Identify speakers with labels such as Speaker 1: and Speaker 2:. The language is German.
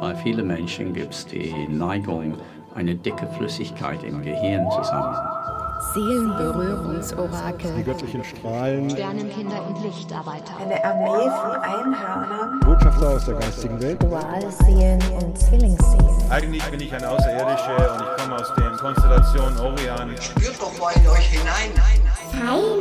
Speaker 1: Bei vielen Menschen gibt es die Neigung, eine dicke Flüssigkeit im Gehirn zu sammeln.
Speaker 2: Seelenberührungsorakel.
Speaker 3: Die göttlichen Strahlen,
Speaker 4: Sternenkinder und Lichtarbeiter.
Speaker 5: Eine Armee von Einhörnern.
Speaker 3: Botschafter aus der geistigen Welt.
Speaker 6: duale Seelen und Zwillingsseelen.
Speaker 7: Eigentlich bin ich ein Außerirdischer und ich komme aus den Konstellationen Orion.
Speaker 8: Spürt doch mal in euch hinein.
Speaker 9: Hi,